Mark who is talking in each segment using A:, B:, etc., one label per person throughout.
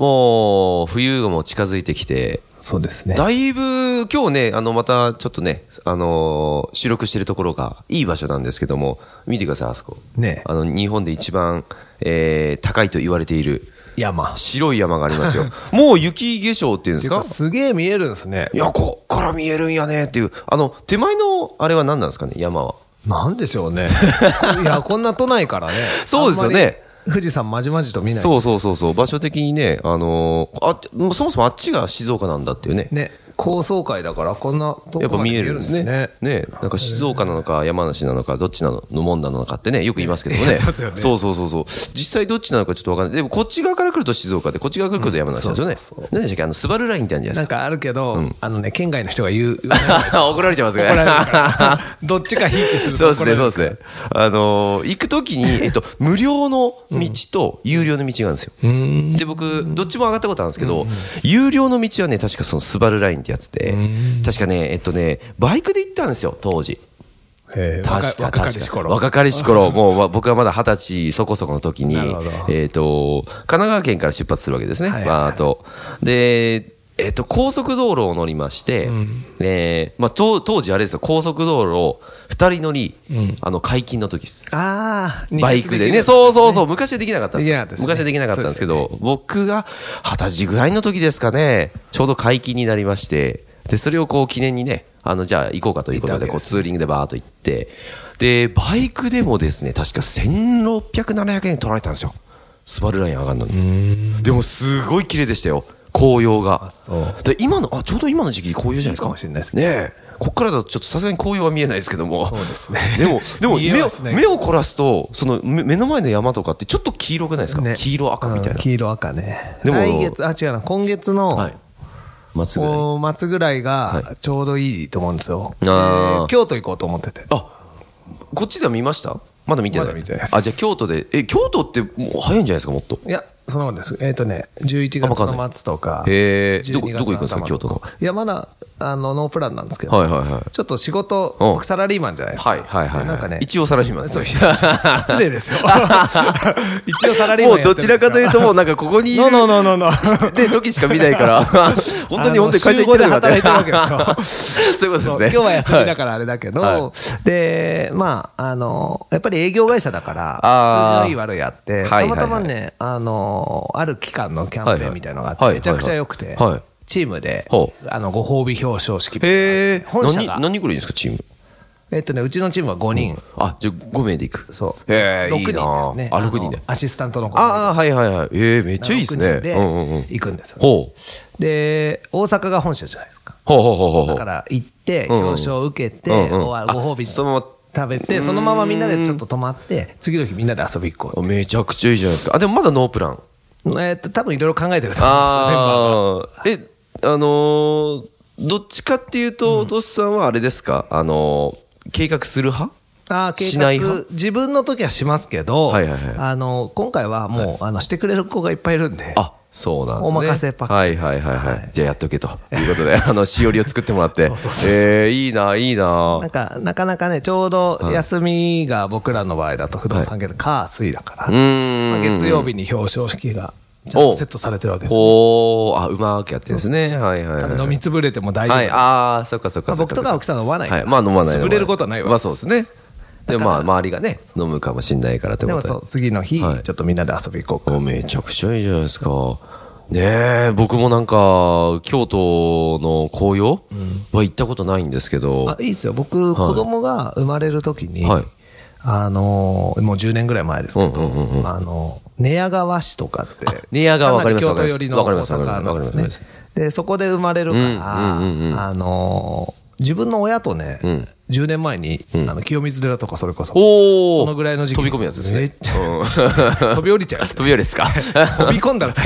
A: もう、冬も近づいてきて、
B: そうですね
A: だいぶ、今日ね、あの、また、ちょっとね、あのー収録してるところが、いい場所なんですけども、見てください、あそこ。
B: ね
A: あの、日本で一番、えー、高いと言われている、
B: 山。
A: 白い山があり ますよ。もう雪化粧っていうんですか
B: すげえ見えるんですね
A: い。や、こっから見えるんやねっていう、あの、手前の、あれは何なんですかね、山は。
B: なんでしょ うね。いや、こんな都内からね。
A: そうですよね
B: あんまり富士山まじまじと見ない。
A: そうそうそうそう、場所的にね、あのーあ、もうそもそもあっちが静岡なんだっていうね。
B: ね。高層階だから、こんなと
A: やっぱ
B: こまで
A: 見えるんですね。ねなんか静岡なのか山梨なのかどっちなののもんなのかってね、よく言いますけどもね。
B: ますよね
A: そうそうそうそう。実際どっちなのかちょっとわかんない。でもこっち側から来ると静岡で、こっち側から来ると山梨なんですよね。何でしたっけあの、スバルラインってあるんじゃな
B: な
A: で
B: いん
A: すか。
B: かあるけど、あのね、県外の人が言う。
A: 怒られちゃいますか
B: 怒られるから。どっちかひいきする
A: そう
B: と
A: ですね、そうです
B: ね。
A: ね。あのー行くときに、えっと、無料の道と有料の道があるんですよ。で、僕、どっちも上がったことあるんですけど、有料の道はね、確かそのスバルラインってやつで、確かね、えっとね、バイクで行ったんですよ、当時。
B: えー
A: 確か、
B: 若かりし
A: 確か
B: 頃。
A: 若かりし 頃、もうわ僕はまだ二十歳そこそこの時に
B: なるほど、
A: えっ、と、神奈川県から出発するわけですね、
B: はいはい
A: バーッと。で、えっ、と、高速道路を乗りまして、えーまあ、当当時あれですよ、高速道路を二人乗り、あの、解禁の時です。
B: ああ、
A: バイクでね。
B: う。
A: そうそうそう。昔はできなかったんですよ
B: できなかったですね
A: 昔はできなかったんですけど、僕が二十歳ぐらいの時ですかね、ちょうど解禁になりまして、で、それをこう記念にね、あの、じゃあ行こうかということで、
B: 行った
A: こ
B: わけ
A: う
B: です
A: ツーリングでバーっと行って、で、バイクでもですね、確か1600、700円取られたんですよ。スバルライン上がるのに。でも、すごい綺麗でしたよ。紅葉が。
B: そう
A: で今の、あ、ちょうど今の時期紅葉じゃないですか。
B: いいかもしれないです
A: ねえ。こっからだとちょっとさすがに紅葉は見えないですけども。そうですね。でも、でも
B: 見え
A: 目を
B: はし、ない
A: 目を凝らすと、その目目の前の山とかってちょっと黄色くないですか、
B: ね
A: 黄色赤みたい
B: うん
A: な。
B: 黄色赤ね。
A: でも
B: 来月、あ、違うな、今月の、
A: はい。まっすぐね
B: こう末ぐらい
A: は
B: がちょうどいいと思うんですよ、
A: あー
B: で京都行こうと思ってて
A: あ、こっちでは見ましたまだ見てない。
B: まだ見てないです
A: あ、じゃあ京都で、え、京都ってもう早いんじゃないですか、もっと。
B: いやそんなことですえっ、とね11月
A: あわかんない
B: の末とか
A: へー
B: 12
A: どこ
B: 月
A: どこ行くんですか
B: 頭
A: 京都の
B: いやまだあのノープランなんですけど、
A: はいはいはい。
B: ちょっと仕事
A: うん
B: 僕サラリーマンじゃないですか
A: はいはいはい。
B: でなんかね
A: 一応さらします
B: そう
A: ね。
B: 失礼ですよ 一応サラリー
A: も
B: マ
A: う
B: ンや
A: ど
B: って
A: ちら
B: るんです
A: かというともうなんかここに いる
B: No, no, no, no, no.
A: で時しか見ない から、本当に本当に会社行ってるのか
B: あの週五で働いてるわけですよ
A: そういうことですね。
B: そう今日は休みだからあれだけど、
A: は
B: で、まあ、あの、やっぱり営業会社だから、
A: あー
B: 数字のいい悪いあって、
A: はいはいはい
B: たまたまね、あの、ある期間のキャンペーンみたいなのがあって、
A: はいはい
B: めちゃくちゃ良くて、
A: はいはい
B: チームで
A: ほ、
B: あの、ご褒美表彰式みたいな
A: へえ。
B: 本社が
A: 何、何人ぐらいいるんですか、チーム。
B: えっとね、うちのチームは5人。
A: あ、じゃあ5名で行く。
B: そう。
A: へえ、
B: 6
A: いい
B: 人
A: な
B: ですね。
A: あ、6人で
B: の。アシスタントの子
A: ああ、はいはいはい。ええ、めっちゃいいですね。
B: 6人で
A: うんうんうん。
B: 行くんですよ
A: ほう。
B: で、大阪が本社じゃないですか。
A: ほうほうほうほうほ
B: だ
A: う。
B: から行って、
A: うんうん
B: 表彰を受けて、
A: うんうん
B: おわご褒美
A: あそのまま
B: 食べて、そのままみんなでちょっと泊まって、次の日みんなで遊び行こう。
A: めちゃくちゃいいじゃないですか。あ、でもまだノープ ラン。
B: えーっと、多分いろいろ考えてると思いますよ、メンバーが。
A: ああ、え、あのー、どっちかっていうと、おとしさんはあれですかあのー、計画する派
B: あー計画
A: しない派
B: 自分の時はしますけど、
A: はいはいはい
B: あの今回はもう、あのしてくれる子がいっぱいいるんで、
A: あ、そうなんですね。
B: お任せパック
A: はいはいはいはい。じゃあやっとけと。いうこ とで、あの、しおりを作ってもらって。
B: そうそうそう
A: ええ、いいな、いいな
B: なん。かなかなかね、ちょうど休みが僕らの場合だと、不動産系で火、水だから、
A: うーん
B: まあ月曜日に表彰式がちゃんとセットされてるわけです、ね、
A: おー、あ、うまくやってるんですね。はいはい
B: 多
A: はい。
B: 分飲みつぶれても大丈夫、
A: はい、ああ、そっかそっか
B: まあ
A: そっか
B: 僕
A: そ
B: と
A: っ
B: か青木さんは飲まない
A: はい、まあ飲まない。
B: 潰れることはないわ
A: まあそうですね。で、まあ周りがね、飲むかもしれないからって
B: で
A: こ
B: も
A: とで
B: そう、次の日、
A: はい
B: ちょっとみんなで遊び行こうか。
A: おめちゃくちゃいいじゃないですか。ねえ、僕もなんか、京都の紅葉は行ったことないんですけど、
B: あいいですよ、僕、子供が生まれる時に、
A: はい
B: あのーもう10年ぐらい前ですけど、
A: うんうん
B: あのー寝屋川市とかって、
A: 寝屋川わかります
B: かなり京都寄りの
A: わ
B: 大
A: かります
B: 阪なんです
A: わかりますわかり
B: ね
A: ます。
B: で、そこで生まれるから、
A: うんうんうんうん
B: あのー自分の親とね、
A: ん
B: 10年前に、あの清水寺とかそれこそ、
A: おお。
B: そのぐらいの時期
A: 飛び込むやつですね。
B: めっち
A: うん
B: 飛び降りちゃうやつ
A: 飛び降りですか
B: 飛び込んだら大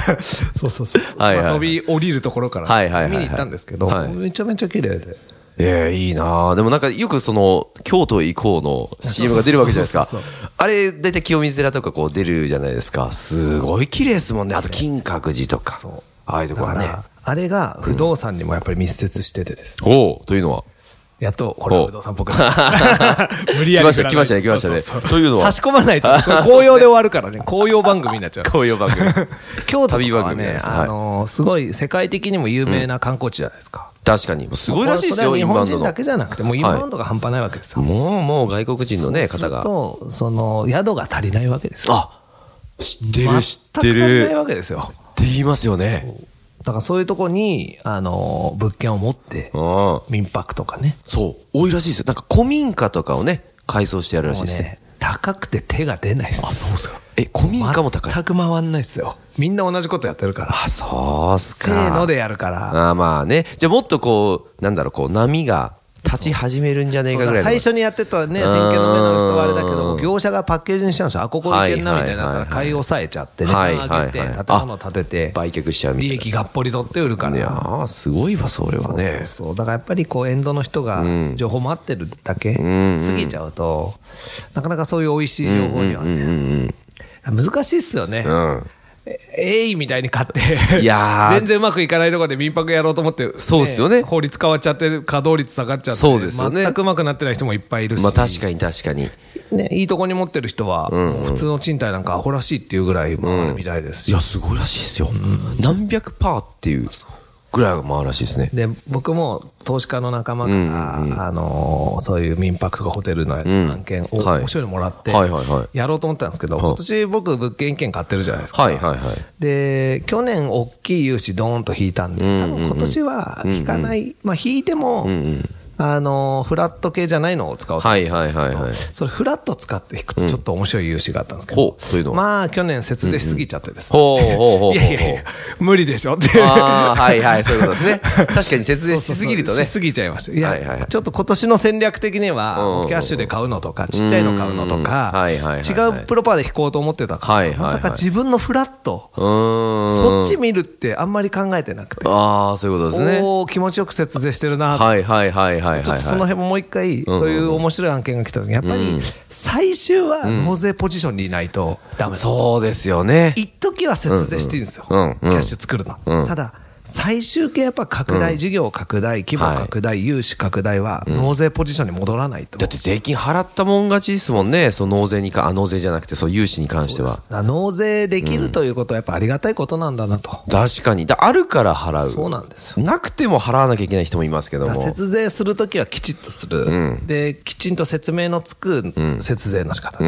B: 変そうそうそう、
A: はいはいはい
B: まあ飛び降りるところから、
A: はいはいはいはい
B: 見に行ったんですけど、
A: はい
B: めちゃめちゃ綺麗で
A: ええ、いいなあでもなんかよくその、京都へ行こうの CM が出るわけじゃないですか
B: そうそうそうそ。
A: あれ、だいたい清水寺とかこう出るじゃないですか。すごい綺麗ですもんね。あと金閣寺とか
B: そう。
A: ああいうと
B: だ
A: こ
B: か
A: は
B: ら、
A: ね。
B: あれが不動産にもやっぱり密接しててですね、
A: おおというのは。
B: やっとこれは
A: お
B: 不動産っぽくなる 無理やり
A: 来ました来ましたね来ましたね
B: そうそうそう
A: というのは
B: 差し込ま ないとこれ紅葉で終わるからね 紅葉番組になっちゃう
A: 紅葉番組。
B: 京都とか
A: 旅番
B: は
A: 組
B: ね
A: で、すはい
B: あのーすごい世界的にも有名な観光地じゃないですか。
A: 確かに。すごいらしいですよ、
B: これ
A: イ
B: そ
A: ン
B: れ
A: バウ
B: は
A: ン
B: 日
A: ド
B: 本人
A: の
B: だ。けじゃなくて、もうインバウンドが半端ないわけですよ。
A: もうもう外国人のね、
B: そうす
A: 方
B: る
A: が。
B: と、その、宿が足りないわけですよ。
A: あ知ってる、知っ
B: 全く
A: て
B: 足りない
A: る。っ
B: わけですよ。
A: て言いますよね。
B: だからそういうとこに、あのー、物件を持って
A: う、ん。
B: 民泊とかね。
A: そう。多いらしいですよ。なんか古民家とかをね、改装してやるらしい
B: もう
A: ですね。
B: ね、高くて手が出ないです。あ、そうですか。
A: え、古民家も高い。
B: 全く回んないですよ。みんな同じことやってるから。
A: あ、そうっすか。
B: せーのでやるから。
A: あーまあね。じゃあもっとこう、なんだろう、こう、波が立ち始めるんじゃねえ
B: そう
A: か
B: だ
A: ぐ
B: から
A: い
B: ら
A: の。
B: 最初にやってたね、
A: うん
B: 先見の目の人はあれだけども、業者がパッケージにしたんですよ。あ、ここいけんなみたい
A: はいはい
B: になった
A: はいは
B: ら
A: い
B: 買い抑えちゃって、値
A: はい
B: 段
A: はいは
B: 上
A: い
B: げて、建物建てて、
A: 売却しちゃうみたい
B: 利
A: な。
B: 益がっぽり取って売るか
A: いや
B: ら。
A: ー、すごいわ、それはね。
B: そうそうだからやっぱりこうエンドの人が情報待ってるだけ
A: ん
B: 過ぎちゃうと、なかなかそういう美味しい情報には
A: うんう
B: ね、
A: ん
B: 難しいっすよね、
A: うん。うん。
B: ええいみたいに買って、
A: いやー
B: 全然うまくいかないところで民泊やろうと思って、
A: そうっすよね
B: 法律変わっちゃって、稼働率下がっちゃって、
A: そうですよね
B: 全くうまくなってない人もいっぱいいるし、
A: まあ確かに確かに。
B: ね、いいとこに持ってる人は、もう普通の賃貸なんかアホらしいっていうぐらい回るみたいです
A: い
B: し、
A: や、すごいらしいですよ。何百パーっていうぐらいが回るらしいですね。
B: で僕も投資家の仲間から、あのーそういう民泊とかホテルのやつ
A: ん
B: 案件を、
A: はい
B: 面白いのもらって、
A: はいはいはい
B: やろうと思ってたんですけど、
A: はい
B: 今年僕、物件一軒買ってるじゃないですか。
A: はいはいはい。
B: で、去年大きい融資ドーンと引いたんで、多分今年は引かない、まあ引いても、あのー、フラット系じゃないのを使おうと思
A: は
B: って
A: いはいはいはい。
B: それフラット使って引くとちょっと面白い融資があったんですけ
A: ほう
B: ど、
A: というのは
B: まあ去年節税しすぎちゃってですね、
A: ほうほうほうほうほう。
B: いやいやいや、無理でしょって。
A: ああ、はいはい、そういうことですね。 確かに節税しすぎるとね
B: し。すぎちゃいました。い
A: はいはいはい
B: や、ちょっと今年の戦略的に
A: うん
B: は、キャッシュで買うのとか、ちっちゃいの買うのと
A: うん
B: か、
A: はいはいはいはい
B: 違うプロパーで引こうと思ってた
A: はい
B: か
A: はいは
B: ら、
A: い
B: まさか自分のフラット、
A: うーん。
B: そっち見るってあんまり考えてなくて、
A: ああ、そういうことですね。
B: おー気持ちよく節税してるなって
A: はいはいはいはいはいはい。
B: ちょっとその辺ももう一回、そういう面白い案件が来た時に、やっぱり最終は納税ポジションにいないとダメなんですよ
A: そうですよね。
B: 一時は節税していいんですよ、
A: うんうん
B: キャッシュ作るの、
A: うん
B: ただ、最終形、やっぱ拡大、事業拡大、規模拡大、融資拡大は、納税ポジションに戻らないと、
A: だって税金払ったもん勝ちですもんね。その納税にか、あ、納税じゃなくて、そう、融資に関しては。
B: だから納税できるということは、やっぱありがたいことなんだなと、
A: 確かに。だあるから払う。
B: そうなんですよ。
A: なくても払わなきゃいけない人もいますけど
B: だから
A: も。
B: 節税するときはきちっとする、で、きちんと説明のつく節税の仕方、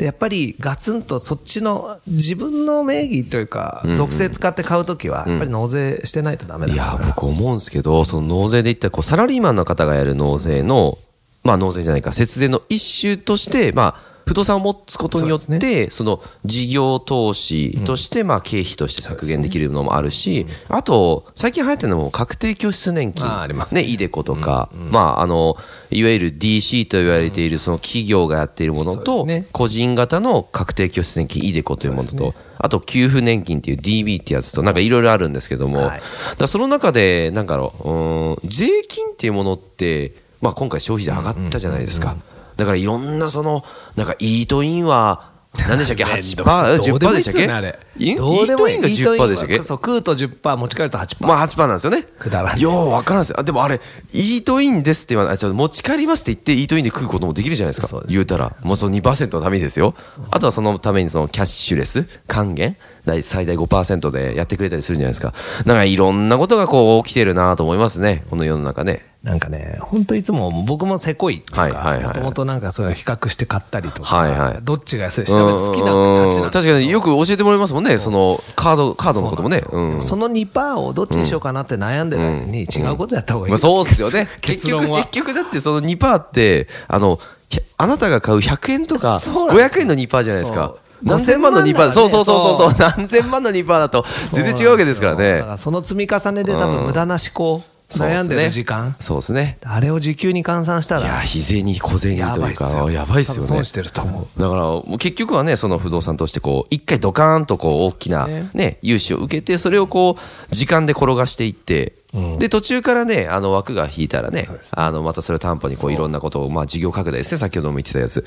B: でやっぱりガツンとそっちの自分の名義というか、属性使って買うときは、やっぱり納税してないとダメだ
A: い
B: な
A: や、僕思うんですけど、その納税で言ったら、こう、サラリーマンの方がやる納税の、まあ納税じゃないか、節税の一種として、まあ、不動産を持つことによっ
B: そう
A: て、そ,、の事業投資として、まあ経費として削減できるのもあるし、あと、最近流行ってるのも確定拠出年金。
B: あーあります
A: ね。イデコとか、まああの、いわゆる DC と言われている、その企業がやっているもの
B: そ
A: と、
B: うですね
A: 個人型の確定拠出年金、イデコというものと、あと給付年金っていう DB ってやつと、なんかいろいろあるんですけども、だ
B: はい
A: からその中で、なんかろう、うーん、税金っていうものって、まあ今回消費税上がったじゃないですか。だからいろんなその、なんかイートインは、何でしたっ け ?8%、
B: どうで
A: 10%
B: もい
A: で
B: い
A: したっ
B: すよ
A: け
B: ねあれ
A: インイ
B: どう
A: ー
B: でも
A: ト
B: い
A: イ
B: い
A: ンが10%でしたっけ
B: そう、食うと10%、持ち帰ると8%。
A: まあ8%なんですよね。
B: くだらない
A: ようわからんですよ。あ、でもあれ、イートインですって言わない。ちょっと持ち帰りますって言って、イートインで食うこともできるじゃないですか。
B: そうです
A: 言うたら。もうその2%のためにですよ。あとはそのためにそのキャッシュレス、還元、大最大5%でやってくれたりするじゃないですか。なんかいろんなことがこう起きてるなと思いますね。この世の中ね。
B: なんかね、本当いつも僕もせこいっていう
A: はいはいはい
B: か、もともとなんかそういうの比較して買ったりとか、
A: はいはい
B: どっちが安い調べるの好き
A: う
B: なんたちなんです
A: 確かによく教えてもらいますもんね。そのカード、カードのこともね。うん
B: でもその2%をどっちにしようかなって悩んでる間に違うことやった方がいい。。
A: まあ、そうっすよね 結
B: 結
A: 局、
B: 論は
A: 結局だってその2%って、あの、ひゃあなたが買う100円とか、
B: そうなんです
A: 500
B: よ
A: 円の2%じゃないですか
B: そう。
A: 何千万の
B: 5000万だか
A: 2%、
B: ら
A: そ
B: ね
A: うそうそうそう、
B: そ
A: 何千万の2%だと、全然違うわけですから
B: そうなんですよだか
A: ね。
B: らその積み重ねで多分無駄な思考悩んでる時間、
A: そうですね。
B: あれを時給に換算した
A: いや、
B: ら、
A: 日銭、小銭
B: や
A: と
B: ば
A: い
B: いうっすよ
A: か、やばいっすよ
B: 多
A: ね
B: 分損。してると思う。
A: だから、もう結局はね、その不動産として、こう、一回ドカーンとこう、大きな、
B: そうで
A: ね
B: す、
A: 融資を受けて、それをこう、時間で転がしていって、で、途中からね、あの、枠が引いたらね、あの、またそれを担保に、こう、いろんなことを、まあ、事業拡大ですね、先ほども言ってたやつ。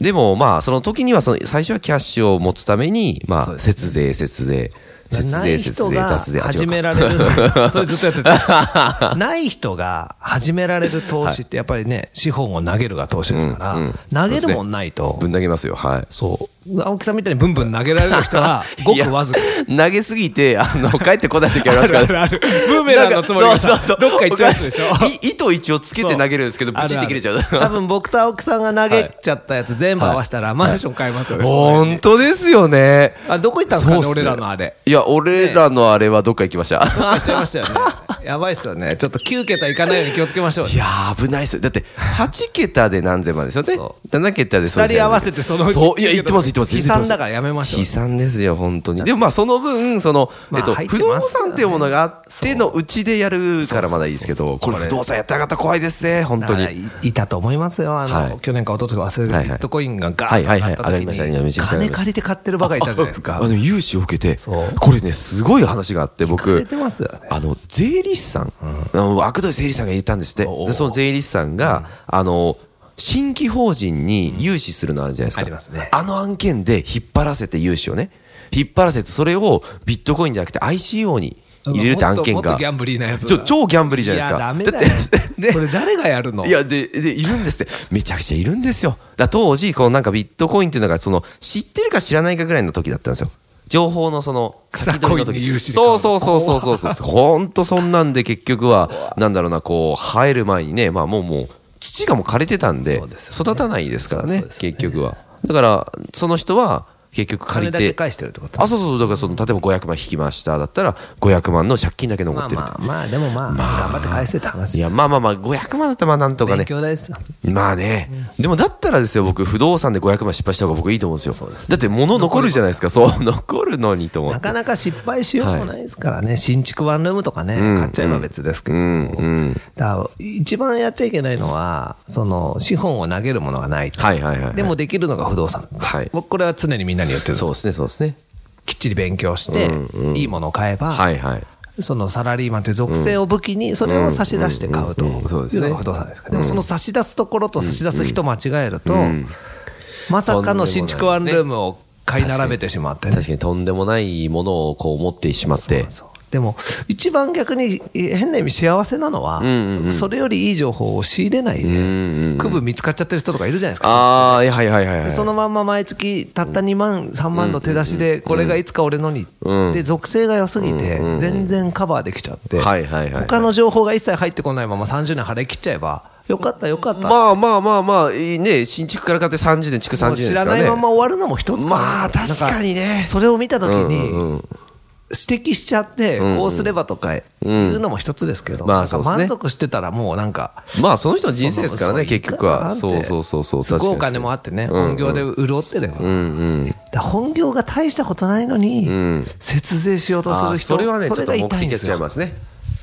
A: でも、まあ、その時には、その、最初はキャッシュを持つために、まあ、節税、節税、節
B: な
A: 税、
B: い人
A: 節税、
B: が
A: 脱税、あ違
B: 始
A: うか
B: められる。それずっとやってた。ない人が始められる投資ってやっぱりね、資本を投げるが投資ですから、
A: うんうん
B: 投げるもんないと。
A: ぶん投げますよ、はい。
B: そう。青木さんみたいにブンブン投げられる人は、ごく わずか。
A: いや投げすぎて、あの、帰ってこない時あります からね。
B: あるあるブーメランのつもりがさ
A: なんそうそうそう
B: どっか行っちゃうやつでしょ
A: い糸一応つけて投げるんですけど、ブチって切れちゃう。
B: 多分僕と青木さんが投げちゃったやつ全部合わせたら、マンション買いますよね。
A: 本当ですよね。
B: あれどこ行ったんですかね
A: そうっすね
B: 俺らのあれ。
A: いや、俺らのあれはどっか行きました。
B: 買っちゃいましたよね。やばいっすよね。ちょっと9桁いかないように気をつけましょうね
A: い。やー、危ないっす。だって、8桁で何千万ですよね。
B: そ
A: 7桁でそう
B: 二人合わせてそのうち
A: そう、いや、言ってます、言ってます。
B: 悲惨だからやめましょう
A: 悲惨ですよ、本当に。でもまあ、その分、その、
B: まあ
A: えっと、
B: 入って
A: 不
B: ますから
A: 動
B: ね
A: 産っていうものがあってのうちでやるからまだいいですけど、これ不動産やった方怖いですね、本当
B: だから
A: に。
B: いいたと思いますよ。あの、
A: はい
B: 去年か一昨年か忘れて、
A: はいはい
B: ビットコインがガーッと上がった時に、
A: はいはいはい上がりましたねめちゃくちゃ上が
B: 金
A: りました
B: 借りて買ってるバカいたじゃないです
A: あ
B: か
A: あ。の、融資を受けて
B: そう、
A: これね、すごい話があって、
B: 借
A: 僕
B: りて、ますよね。
A: あの、税理士さん、あの悪どい税理士さんが言ったんですって。で、その税理士さんが、あの、新規法人に融資するのあるじゃないですか。
B: ありますね
A: あの案件で引っ張らせて融資をね。引っ張らせて、それをビットコインじゃなくて ICO に入れるって案件
B: もっとも
A: が
B: っとギ。ャンブリーなやつだ。
A: ちょ超ギャンブリーじゃないですか。
B: いや、ダメだよ
A: っ て。ね
B: それ誰がやるの
A: いや、で、で、いるんですって。めちゃくちゃいるんですよ。だから当時、このなんかビットコインっていうのが、その、知ってるか知らないかぐらいの時だったんですよ。情報のその、
B: 草
A: 先取りの
B: コインに融資で買う
A: そうそうそうそうそう そう。ほんとそんなんで結局は、なんだろうな、こう、生える前にね、まあもうもう、父がもう枯れてたんで、
B: そうです
A: 育たないですからね
B: そう、ですよね
A: 結局は。だから、その人は、結局借
B: 金
A: り
B: だけ
A: て、
B: 返してるってこと
A: あ、そうそうそう、だからその、例えば500万引きました、だったら、500万の借金だけ残
B: ま
A: っ
B: あ
A: てると
B: まあまあ、でもまあ、頑張って返せって話です。
A: いや、まあまあまあ、500万だったらまあなんとかね
B: 勉、強代ですよ。
A: まあね、でもだったらですよ、僕、不動産で500万失敗した方が僕いいと思うんですよ。だって物残るじゃないですか、そう、残るのにと思
B: な
A: って。
B: かなか失敗しようもないですからね、新築ワンルームとかね、買っちゃえば別ですけど、
A: うんうん
B: だから一番やっちゃいけないのは、その資本を投げるものがないと、
A: はいはいはいはい
B: でもできるのが不動産、
A: はい
B: 僕、これは常にみんなに言ってるんです
A: そう
B: よ
A: ですね、そうですね。
B: きっちり勉強して、いいものを買えば、
A: はいはい。
B: そのサラリーマンという属性を武器に、それを差し出して買うと
A: うんうんうんうんそうで
B: い
A: す
B: う
A: ね
B: のが不動産ですから、でもその差し出すところと差し出す人間違えると、まさかの新築ワンルームを買い並べてしまってね
A: 確かにとんでもないものをこう持ってしまって。
B: そうでも一番逆にえ変な意味幸せなのは、それよりいい情報を仕入れないで、区分見つかっちゃってる人とかいるじゃないですか、
A: ああ、いやはいはいはいはい。
B: そのまんま毎月たった2万、3万の手出しで、これがいつか俺のに、で属性が良すぎて、全然カバーできちゃって、
A: はいはいはいはい
B: 他の情報が一切入ってこないまま30年晴れ切っちゃえば、よかった、よかった、
A: まあまあまあまあ、いいね、新築から買って30年、築30年です
B: 知
A: からら
B: な
A: ね。
B: いまま終わるのも一つかな
A: まあ確かにね
B: なんそれを見たときに、
A: うんうん
B: 指摘しちゃって、こうすればとかいうのも一つですけど、
A: まあ
B: なんか
A: そうですね
B: 満足してたらもうなんか、
A: まあその人の人生ですからね、
B: その
A: 結局は。
B: そ
A: そう
B: のいくらなんて
A: そうそうそう。
B: すごいお金もあ
A: っ
B: ってね、
A: うんうん
B: 本業で潤ってれば。
A: うんうん。
B: だから本業が大したことないのに、
A: ん
B: 節税しようとす
A: あ
B: る
A: ー
B: 人、
A: それはね、ちょっ
B: が
A: と目
B: 痛い
A: 的
B: んで
A: が
B: す
A: 違
B: よ
A: いますね。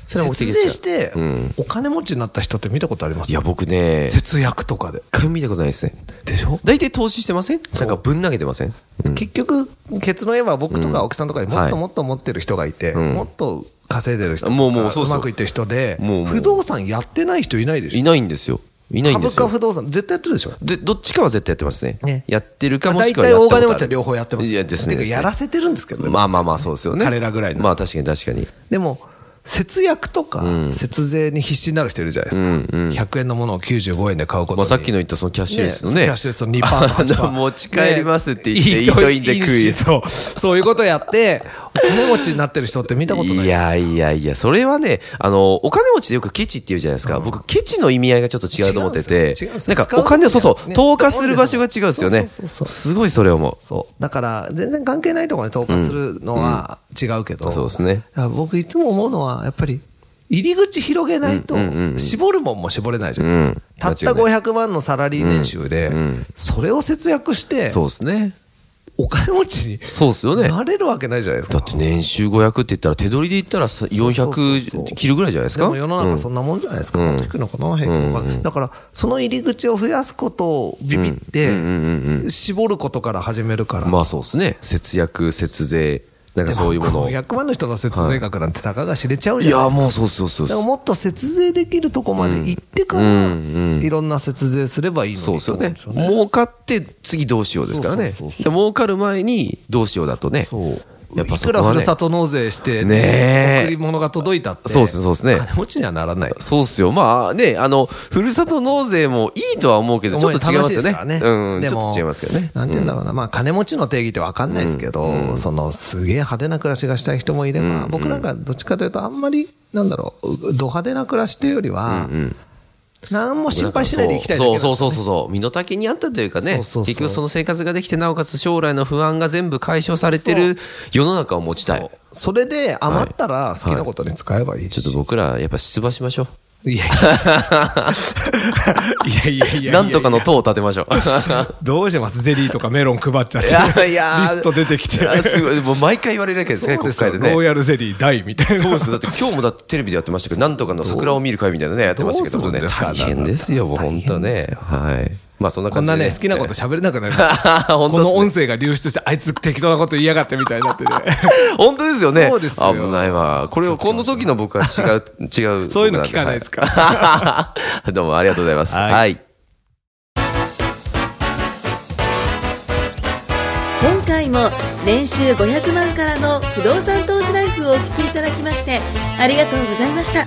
A: それは目的
B: 節
A: が違う
B: 税して
A: うん、
B: お金持ちになった人って見たことあります
A: いや、僕ね、絶
B: 節約とかで。
A: 対見たことないですね。
B: でしょ
A: 大体投資してませんなんかぶん投げてません
B: 結局、結論言えば僕とか青木さんとかにもっ
A: はい
B: ともっと持ってる人がいて、もっと稼いでる人とか、
A: もうもうそうそう
B: まくいってる人で、
A: もうもう
B: 不動産やってない人いないでし
A: いないんですよ。いな
B: ょ。
A: いんで
B: 株
A: す
B: 価
A: よ。
B: 不動産、絶対やってるでしょ。
A: で、どっちかは絶対やってますね。
B: ね
A: やってるかも
B: 大
A: しくは
B: 体
A: やった
B: 大
A: ことある
B: 金持ちは両方やってます。
A: いやですね。
B: てかやらせてるんですけどね。
A: まあまあまあ、そうですよね。
B: 彼らぐらいの
A: まあ確かに確かに。
B: でも節約とか節税に必死になる人いるじゃないですか、100円のものを95円で買うことに、
A: まあさっきの言ったそのキャッシュレスのね。
B: キャッシュレスの2%とか
A: あの持ち帰りますって言って、イ
B: ね
A: ートインで食
B: い
A: い
B: い。そうそういうことやってお金持ちになってる人って見たことない
A: いやいやいや、それはね、あの、お金持ちでよくケチって言うじゃないですか。僕、ケチの意味合いがちょっと違うと思ってて
B: 違うんで。す
A: なんか
B: よ違うんですよ、
A: お金を、そ
B: 使
A: う
B: う
A: そ
B: と
A: う、
B: ね
A: 投下する場所が違うんですよね。
B: そうそうそうそう
A: すごいそれ思う。
B: そうだから全然関係ないところに投下するのは違うけど、
A: そうですね
B: だから僕いつも思うのはやっぱり入り口広げないと絞るもんも絞れないじゃないですか、
A: うん
B: たった500万のサラリー年収で、
A: ん
B: それを節約して
A: そうですね。
B: お金持ちに
A: そうですよね。
B: なれるわけないじゃないです
A: だ
B: か。
A: って年収500って言ったら、手取りで言ったらさ
B: そうそうそう
A: 400切るぐらいじゃないです
B: で
A: か。
B: も世の中そんなもんじゃないですか。もっと低いのかな、平均のかなだから、その入り口を増やすことをビビって、絞ることから始めるから。
A: まあそうですね。節約、節税、なんかそういうものを。いや、
B: 100万の人の節税額なんてたかが知れちゃうじゃないですか。
A: もうそうそうそう
B: だ
A: そ
B: から
A: う。
B: もっと節税できるとこまで行ってから、いろんな節税すればいいの
A: そう
B: に
A: です
B: と
A: よ
B: 思うん
A: ね
B: ですよ。ね。
A: 儲かって次どうしようですからね。
B: そうそうそう
A: で儲かる前にどうしようだとね。やっぱ
B: い
A: そ
B: く
A: こ
B: ら
A: は
B: ふる
A: ね。
B: さと納税して、
A: ねえ
B: 贈り物が届いたって、
A: そうですね、そうですね。
B: 金持ちにはならない。
A: そうっすよ。まあね、あの、ふるさと納税もいいとは思うけど、 ちょっと違いますよね。
B: 楽しいですから
A: うん、
B: で
A: ちょ
B: も
A: っと違いますけどね。
B: なんて言うんだろうな、まあ、金持ちの定義ってわかんないですけど、その、すげえ派手な暮らしがしたい人もいれば、僕なんかどっちかというと、あんまり、なんだろう、ド派手な暮らしというよりは、何も心配しないでいきたい
A: そ
B: だけな
A: うん
B: ですよ
A: そうそうそうそう身の丈にあったというかね
B: そうそうそう
A: 結局その生活ができてなおかつ将来の不安が全部解消されてる世の中を持ちたい
B: それで余ったら好きなことに使えばいい
A: ちょ
B: し
A: っと僕らやっぱ出馬しましょ
B: いやい やいやいやいやいや
A: うなんとかの党を立てま しょう
B: どうしますゼリーとかメロン配っちゃって。
A: いやいや
B: リスト出てき
A: い
B: て。
A: やすごいもう毎回言われるわけですね
B: そう
A: 国
B: ですよ
A: 会で
B: ロー
A: ね
B: ヤルゼリー大みたいな。
A: そうですよだって今日もだってテレビでやってましたけどなんとかの桜を見る会みたいなねやってましたけどもね
B: どうするん
A: 大
B: ですか
A: 変ですよもう本当ねはいまあそんな
B: こ
A: 感
B: ん
A: じ
B: な
A: で
B: ね、好きなこと喋れなくなります
A: 本当
B: こ
A: ですね
B: の音声が流出して、あいつ適当なこと言いやがってみたいになってね。
A: 本当ですよね。
B: そうですよ
A: 危ないわ。これを、この時の僕は違う、違う。
B: そういうの聞かないですか
A: はい。 どうもありがとうございます。
B: はい
A: はい。
C: 今回も年収500万からの不動産投資ライフをお聞きいただきましてありがとうございました